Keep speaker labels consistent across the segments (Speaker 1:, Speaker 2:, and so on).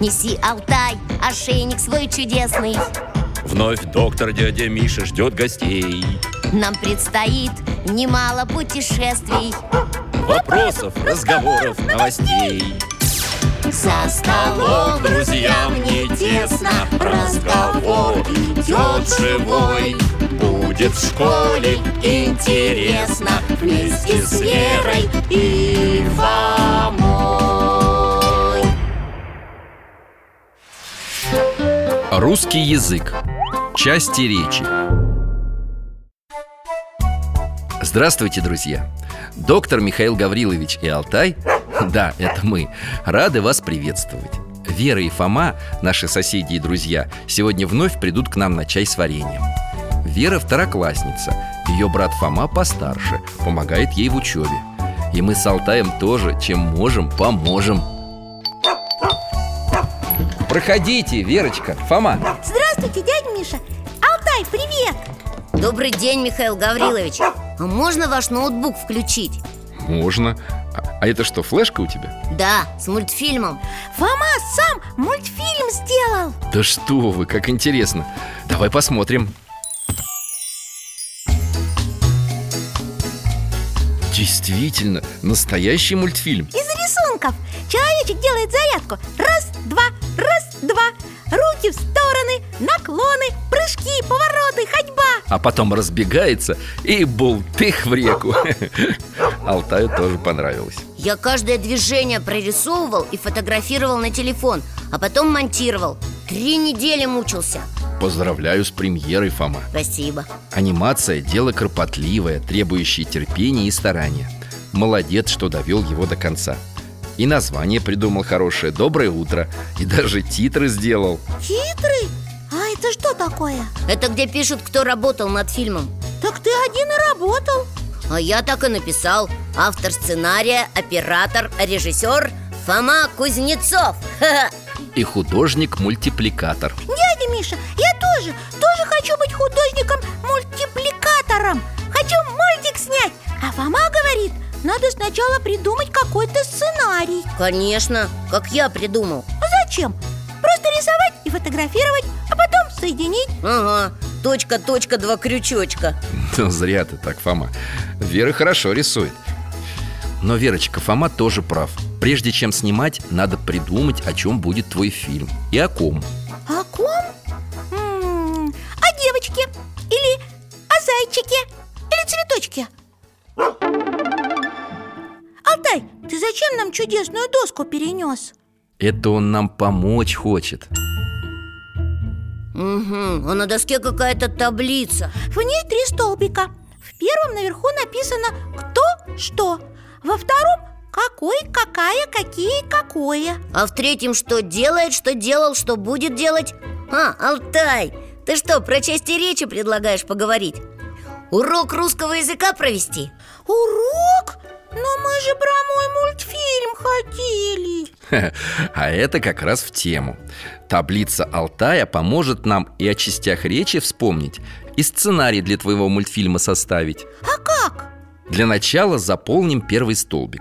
Speaker 1: Неси, Алтай, ошейник свой чудесный
Speaker 2: Вновь доктор дядя Миша ждет гостей
Speaker 1: Нам предстоит немало путешествий
Speaker 2: Вопросов, разговоров, новостей
Speaker 1: За столом, друзьям, не тесно Разговор идет живой
Speaker 2: Будет в школе интересно Вместе с Верой и Фомой
Speaker 3: Русский язык. Части речи. Здравствуйте, друзья! Доктор Михаил Гаврилович и Алтай, да, это мы, рады вас приветствовать. Вера и Фома, наши соседи и друзья, сегодня вновь придут к нам на чай с вареньем. Вера второклассница, ее брат Фома постарше, помогает ей в учебе. И мы с Алтаем тоже, чем можем, поможем. Проходите, Верочка, Фома.
Speaker 4: Здравствуйте, дядя Миша Алтай, привет!
Speaker 1: Добрый день, Михаил Гаврилович А можно ваш ноутбук включить?
Speaker 3: Можно. А, а это что, флешка у тебя?
Speaker 1: Да, с мультфильмом
Speaker 4: Фома сам мультфильм сделал
Speaker 3: Да что вы, как интересно Давай посмотрим Действительно, настоящий мультфильм
Speaker 4: Из рисунков Человечек делает зарядку Раз, два, раз, два Руки в стороны, наклоны, прыжки, повороты, ходьба
Speaker 3: А потом разбегается и болтых в реку Алтаю тоже понравилось
Speaker 1: Я каждое движение прорисовывал и фотографировал на телефон А потом монтировал Три недели мучился
Speaker 3: Поздравляю с премьерой, Фома
Speaker 1: Спасибо
Speaker 3: Анимация – дело кропотливое, требующее терпения и старания Молодец, что довел его до конца И название придумал хорошее «Доброе утро» И даже титры сделал
Speaker 4: Хитрый? А это что такое?
Speaker 1: Это где пишут, кто работал над фильмом
Speaker 4: Так ты один и работал
Speaker 1: А я так и написал Автор сценария, оператор, режиссер Фома Кузнецов Ха-ха.
Speaker 3: И художник-мультипликатор
Speaker 4: Дядя Миша, я тоже, тоже хочу быть художником-мультипликатором Хочу мультик снять А Фома говорит, надо сначала придумать какой-то сценарий
Speaker 1: Конечно, как я придумал
Speaker 4: А зачем? Просто рисовать и фотографировать, а потом соединить
Speaker 1: Ага, точка, точка, два крючочка
Speaker 3: Ну, зря ты так, Фома Вера хорошо рисует Но, Верочка, Фома тоже прав Прежде чем снимать, надо придумать, о чем будет твой фильм И о ком
Speaker 4: О А ком? М, о девочке Или о зайчике Или цветочке Алтай, ты зачем нам чудесную доску перенес?
Speaker 3: Это он нам помочь хочет
Speaker 1: Угу, а на доске какая-то таблица
Speaker 4: В ней три столбика В первом наверху написано «Кто что» Во втором «Какой, какая, какие, какое»
Speaker 1: А в третьем что делает, что делал, что будет делать? А, Алтай, ты что, про части речи предлагаешь поговорить? Урок русского языка провести?
Speaker 4: Урок? Но мы же про мой мультфильм хотели
Speaker 3: А это как раз в тему Таблица Алтая поможет нам и о частях речи вспомнить И сценарий для твоего мультфильма составить
Speaker 4: А как?
Speaker 3: Для начала заполним первый столбик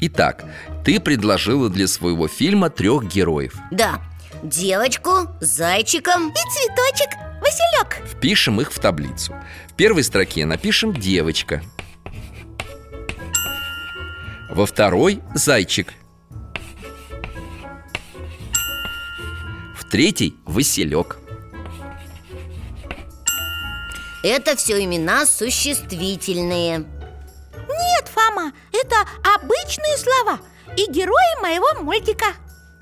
Speaker 3: Итак, ты предложила для своего фильма трех героев
Speaker 1: Да, девочку с зайчиком
Speaker 4: И цветочек Василек
Speaker 3: Впишем их в таблицу В первой строке напишем «девочка» Во второй – «зайчик» В третьей – «василек»
Speaker 1: Это все имена существительные
Speaker 4: Нет, Фома, это обычные слова и герои моего мультика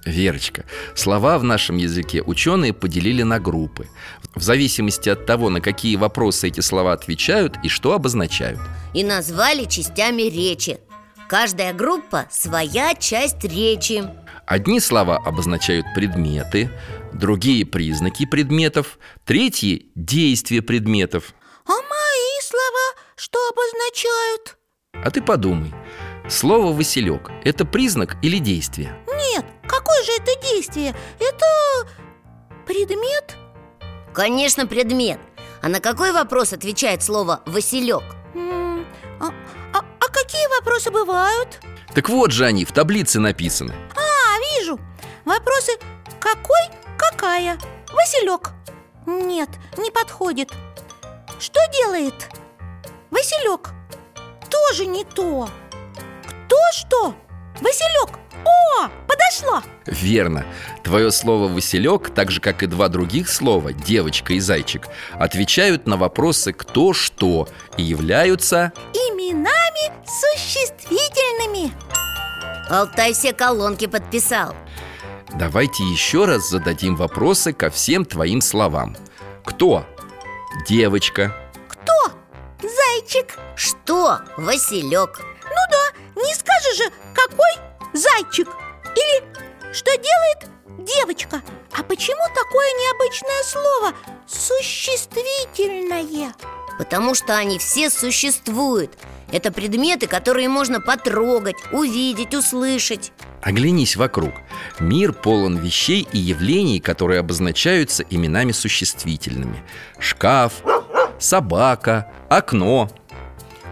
Speaker 3: Верочка, слова в нашем языке ученые поделили на группы В зависимости от того, на какие вопросы эти слова отвечают и что обозначают
Speaker 1: И назвали частями речи Каждая группа – своя часть речи
Speaker 3: Одни слова обозначают предметы, другие – признаки предметов, третьи – действия предметов
Speaker 4: А мои слова что обозначают?
Speaker 3: А ты подумай, слово «василек» – это признак или действие?
Speaker 4: Нет, какое же это действие? Это предмет?
Speaker 1: Конечно, предмет А на какой вопрос отвечает слово «василек»?
Speaker 4: М, А, а- а какие вопросы бывают?
Speaker 3: Так вот же они, в таблице написаны
Speaker 4: А, вижу Вопросы «Какой? Какая?» «Василек». Нет, не подходит. Что делает? Василек. Тоже не то. Кто что? Василек. О, подошло.
Speaker 3: Верно. Твое слово «василек», так же, как и два других слова «девочка» и «зайчик», отвечают на вопросы «кто что» и являются...
Speaker 4: Именами существительными.
Speaker 1: Алтай все колонки подписал
Speaker 3: Давайте еще раз зададим вопросы ко всем твоим словам. Кто? Девочка.
Speaker 4: Кто? Зайчик.
Speaker 1: Что, Василек?
Speaker 4: Ну да, не скажешь же, какой зайчик Или что делает девочка А почему такое необычное слово существительное?
Speaker 1: Потому что они все существуют Это предметы, которые можно потрогать, увидеть, услышать
Speaker 3: Оглянись вокруг. Мир полон вещей и явлений, которые обозначаются именами существительными. Шкаф, собака, окно.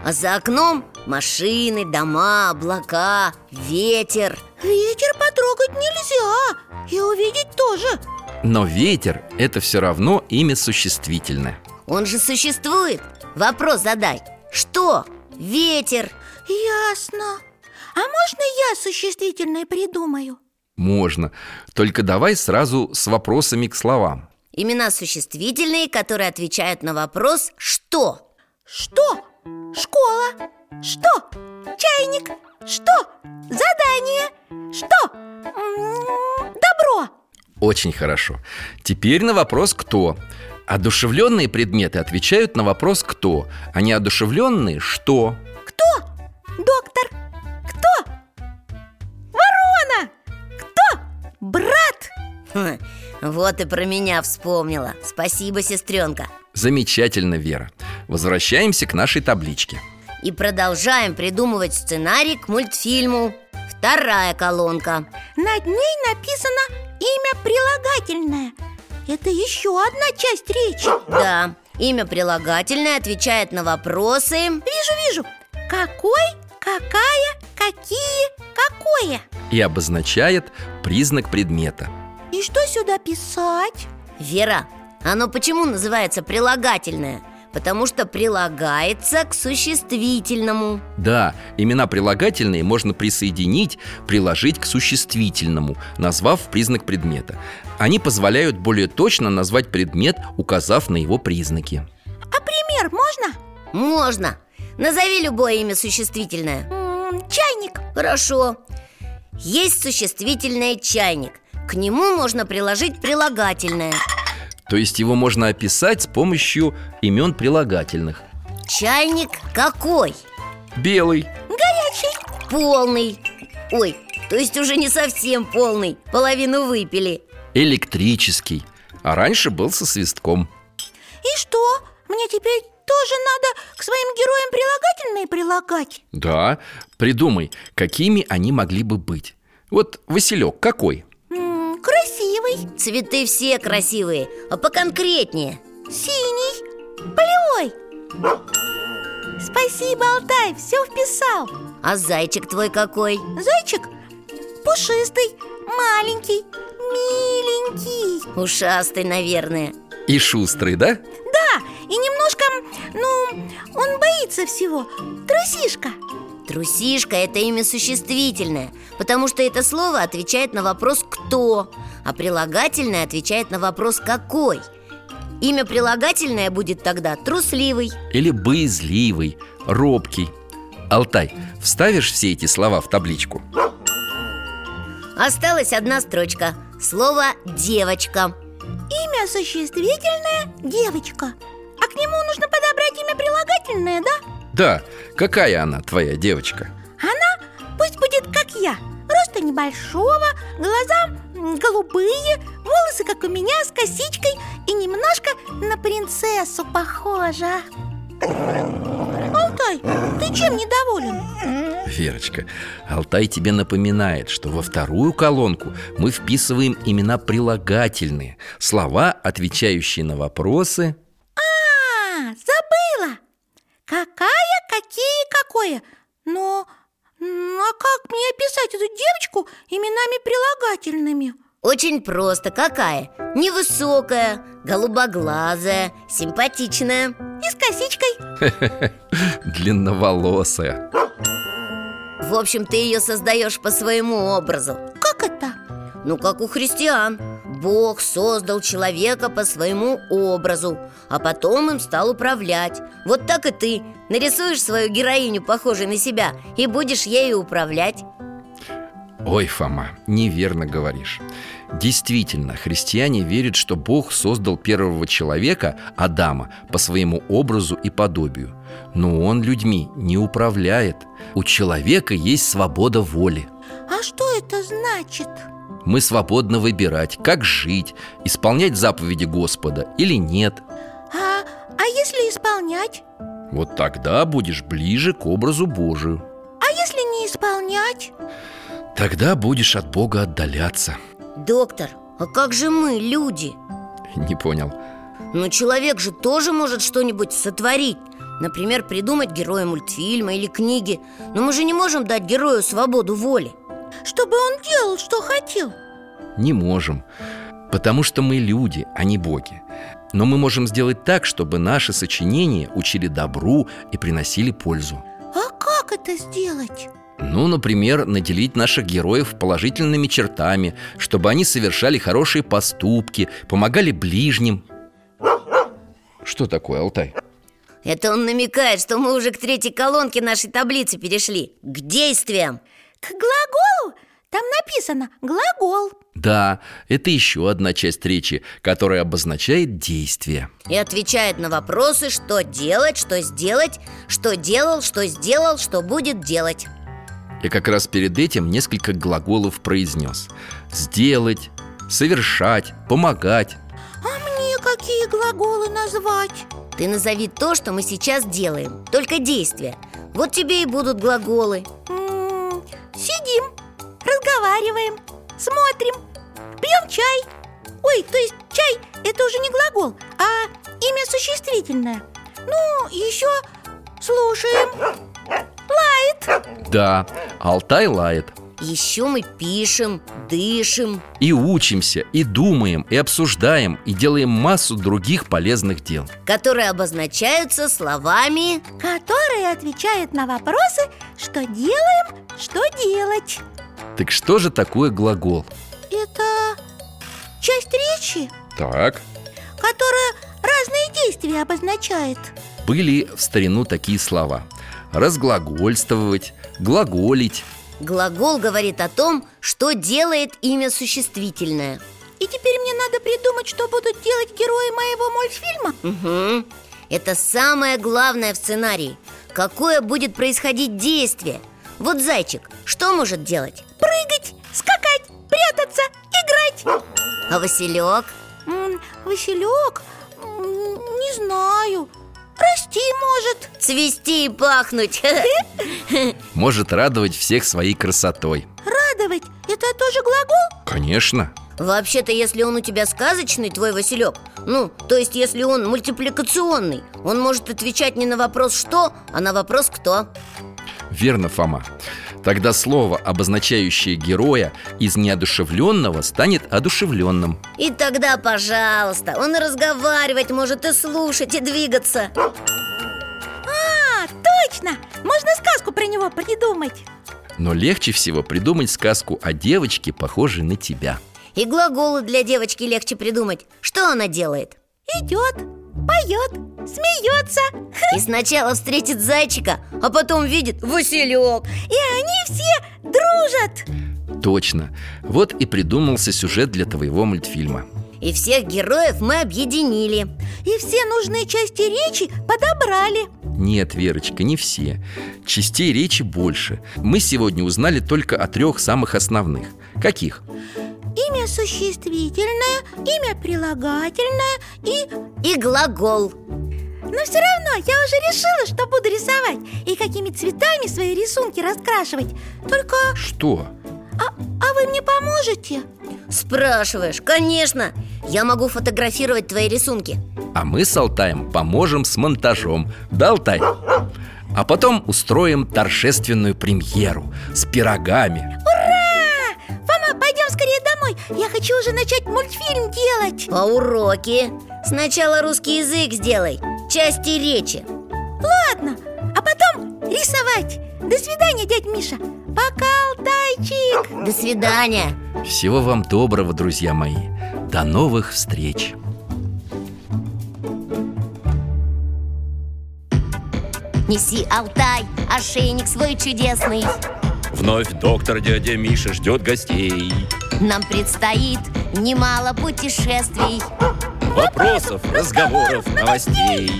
Speaker 1: А за окном машины, дома, облака, ветер
Speaker 4: Ветер потрогать нельзя и увидеть тоже
Speaker 3: Но ветер – это все равно имя существительное.
Speaker 1: Он же существует Вопрос задай Что? Ветер
Speaker 4: Ясно А можно я существительное придумаю?
Speaker 3: Можно. Только давай сразу с вопросами к словам.
Speaker 1: Имена существительные, которые отвечают на вопрос «что?»
Speaker 4: Что? Школа? Что? Чайник? Что? Задание? Что? М, Добро?
Speaker 3: Очень хорошо. Теперь на вопрос «кто?». Одушевленные предметы отвечают на вопрос «кто?», а неодушевленные «что?».
Speaker 4: Кто? Доктор? Кто? Ворона? Кто? Брат?
Speaker 1: Хм, Вот и про меня вспомнила Спасибо, сестренка
Speaker 3: Замечательно, Вера. Возвращаемся к нашей табличке.
Speaker 1: И продолжаем придумывать сценарий к мультфильму Вторая колонка
Speaker 4: Над ней написано имя прилагательное Это еще одна часть речи
Speaker 1: Да, имя прилагательное отвечает на вопросы
Speaker 4: Вижу, вижу Какой, какая, какие, какое
Speaker 3: и обозначает признак предмета.
Speaker 4: И что сюда писать?
Speaker 1: Вера, оно почему называется прилагательное? Потому что прилагается к существительному
Speaker 3: Да, имена прилагательные можно присоединить, приложить к существительному, назвав признак предмета. Они позволяют более точно назвать предмет, указав на его признаки.
Speaker 4: А пример можно?
Speaker 1: Можно Назови любое имя существительное
Speaker 4: М, Чайник
Speaker 1: Хорошо Есть существительное чайник К нему можно приложить прилагательное
Speaker 3: То есть его можно описать с помощью имен прилагательных.
Speaker 1: Чайник какой?
Speaker 3: Белый,
Speaker 4: Горячий
Speaker 1: Полный Ой, то есть уже не совсем полный Половину выпили
Speaker 3: электрический, а раньше был со свистком.
Speaker 4: И что? Мне теперь тоже надо к своим героям прилагательные прилагать
Speaker 3: Да, придумай, какими они могли бы быть. Вот Василек какой?
Speaker 4: М, Красивый,
Speaker 1: Цветы все красивые, а поконкретнее
Speaker 4: синий, полевой Спасибо, Алтай, все вписал
Speaker 1: А зайчик твой какой?
Speaker 4: Зайчик пушистый, маленький, миленький
Speaker 1: Ушастый, наверное
Speaker 3: И шустрый, да?
Speaker 4: Да, А, и немножко, ну, он боится всего Трусишка
Speaker 1: Трусишка – это имя существительное Потому что это слово отвечает на вопрос «кто» А прилагательное отвечает на вопрос «какой» Имя прилагательное будет тогда «трусливый»
Speaker 3: или боязливый, робкий. Алтай, вставишь все эти слова в табличку?
Speaker 1: Осталась одна строчка Слово «девочка»
Speaker 4: Имя существительное – девочка А к нему нужно подобрать имя прилагательное, да?
Speaker 3: Да, какая она, твоя девочка?
Speaker 4: Она пусть будет как я Роста небольшого, глаза м, голубые Волосы, как у меня, с косичкой И немножко на принцессу похожа Алтай, ты чем недоволен?
Speaker 3: Верочка, Алтай тебе напоминает, что во вторую колонку мы вписываем имена прилагательные, слова, отвечающие на вопросы.
Speaker 4: А, забыла! Какая, какие, какое? Но, М, А как мне описать эту девочку именами прилагательными?
Speaker 1: Очень просто, какая? Невысокая, голубоглазая, симпатичная
Speaker 4: И с косичкой
Speaker 3: Длинноволосая
Speaker 1: В общем, ты ее создаешь по своему образу
Speaker 4: Как это?
Speaker 1: Ну, как у христиан Бог создал человека по своему образу А потом им стал управлять Вот так и ты Нарисуешь свою героиню, похожей на себя И будешь ею управлять
Speaker 3: Ой, Фома, неверно говоришь Действительно, христиане верят, что Бог создал первого человека, Адама, по своему образу и подобию Но он людьми не управляет У человека есть свобода воли
Speaker 4: А что это значит?
Speaker 3: Мы свободно выбирать, как жить, исполнять заповеди Господа или нет
Speaker 4: А, а если исполнять?
Speaker 3: Вот тогда будешь ближе к образу Божию
Speaker 4: А если не исполнять?
Speaker 3: Тогда будешь от Бога отдаляться
Speaker 1: Доктор, а как же мы, люди?
Speaker 3: Не понял
Speaker 1: Но человек же тоже может что-нибудь сотворить Например, придумать героя мультфильма или книги Но мы же не можем дать герою свободу воли
Speaker 4: Чтобы он делал, что хотел
Speaker 3: Не можем Потому что мы люди, а не боги Но мы можем сделать так, чтобы наши сочинения учили добру и приносили пользу
Speaker 4: А как это сделать?
Speaker 3: Ну, например, наделить наших героев положительными чертами Чтобы они совершали хорошие поступки, помогали ближним Что такое, Алтай?
Speaker 1: Это он намекает, что мы уже к третьей колонке нашей таблицы перешли К действиям
Speaker 4: К глаголу? Там написано «глагол»
Speaker 3: Да, это еще одна часть речи, которая обозначает действие
Speaker 1: И отвечает на вопросы, что делать, что сделать Что делал, что сделал, что будет делать
Speaker 3: Я как раз перед этим несколько глаголов произнес Сделать, совершать, помогать
Speaker 4: А мне какие глаголы назвать?
Speaker 1: Ты назови то, что мы сейчас делаем Только действия Вот тебе и будут глаголы
Speaker 4: М, Сидим, разговариваем, смотрим, пьем чай Ой, то есть чай – это уже не глагол, а имя существительное Ну, еще слушаем, лает
Speaker 3: Да, Алтай лает
Speaker 1: Еще мы пишем, дышим
Speaker 3: И учимся, и думаем, и обсуждаем И делаем массу других полезных дел
Speaker 1: Которые обозначаются словами
Speaker 4: Которые отвечают на вопросы «что делаем, что делать»
Speaker 3: Так что же такое глагол?
Speaker 4: Это часть речи,
Speaker 3: Так
Speaker 4: которая разные действия обозначает
Speaker 3: Были в старину такие слова Разглагольствовать, глаголить
Speaker 1: Глагол говорит о том, что делает имя существительное
Speaker 4: И теперь мне надо придумать, что будут делать герои моего мультфильма
Speaker 1: Мгм. Это самое главное в сценарии Какое будет происходить действие Вот зайчик, что может делать?
Speaker 4: Прыгать, скакать, прятаться, играть
Speaker 1: А Василек?
Speaker 4: М, Василек, м, не знаю Расти может
Speaker 1: Цвести и пахнуть
Speaker 3: Может радовать всех своей красотой
Speaker 4: Радовать, это тоже глагол?
Speaker 3: Конечно
Speaker 1: Вообще-то, если он у тебя сказочный, твой Василек Ну, то есть, если он мультипликационный Он может отвечать не на вопрос «что», а на вопрос «кто»
Speaker 3: Верно, Фома Тогда слово, обозначающее героя Из неодушевленного станет одушевленным
Speaker 1: И тогда, пожалуйста, он и разговаривать может, и слушать, и двигаться
Speaker 4: А, точно! Можно сказку про него придумать
Speaker 3: Но легче всего придумать сказку о девочке, похожей на тебя
Speaker 1: И глаголы для девочки легче придумать Что она делает?
Speaker 4: Идет, поет, смеется
Speaker 1: И сначала встретит зайчика, а потом видит Василек
Speaker 4: И они все дружат
Speaker 3: Точно, вот и придумался сюжет для твоего мультфильма
Speaker 1: И всех героев мы объединили
Speaker 4: И все нужные части речи подобрали
Speaker 3: Нет, Верочка, не все Частей речи больше Мы сегодня узнали только о трех самых основных Каких?
Speaker 4: Имя существительное, имя прилагательное и...
Speaker 1: И глагол
Speaker 4: Но все равно я уже решила, что буду рисовать И какими цветами свои рисунки раскрашивать Только...
Speaker 3: Что?
Speaker 4: А, а вы мне поможете?
Speaker 1: Спрашиваешь, конечно Я могу фотографировать твои рисунки
Speaker 3: А мы с Алтаем поможем с монтажом Да, Алтай?
Speaker 5: А потом устроим торжественную премьеру с пирогами
Speaker 4: Фома, пойдем скорее домой Я хочу уже начать мультфильм делать
Speaker 1: А уроки? Сначала русский язык сделай Части речи
Speaker 4: Ладно, а потом рисовать До свидания, дядь Миша Пока, Алтайчик
Speaker 1: До свидания
Speaker 5: Всего вам доброго, друзья мои До новых встреч
Speaker 1: Неси, Алтай, ошейник свой чудесный
Speaker 3: Вновь доктор дядя Миша ждет гостей
Speaker 1: Нам предстоит немало путешествий
Speaker 3: Вопросов, разговоров, новостей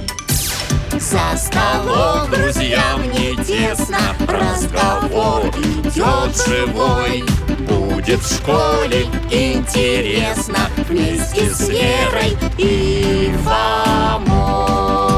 Speaker 1: За
Speaker 3: Столом А друзьям не тесно Разговор идет живой Будет в школе интересно Вместе с Верой и Фомой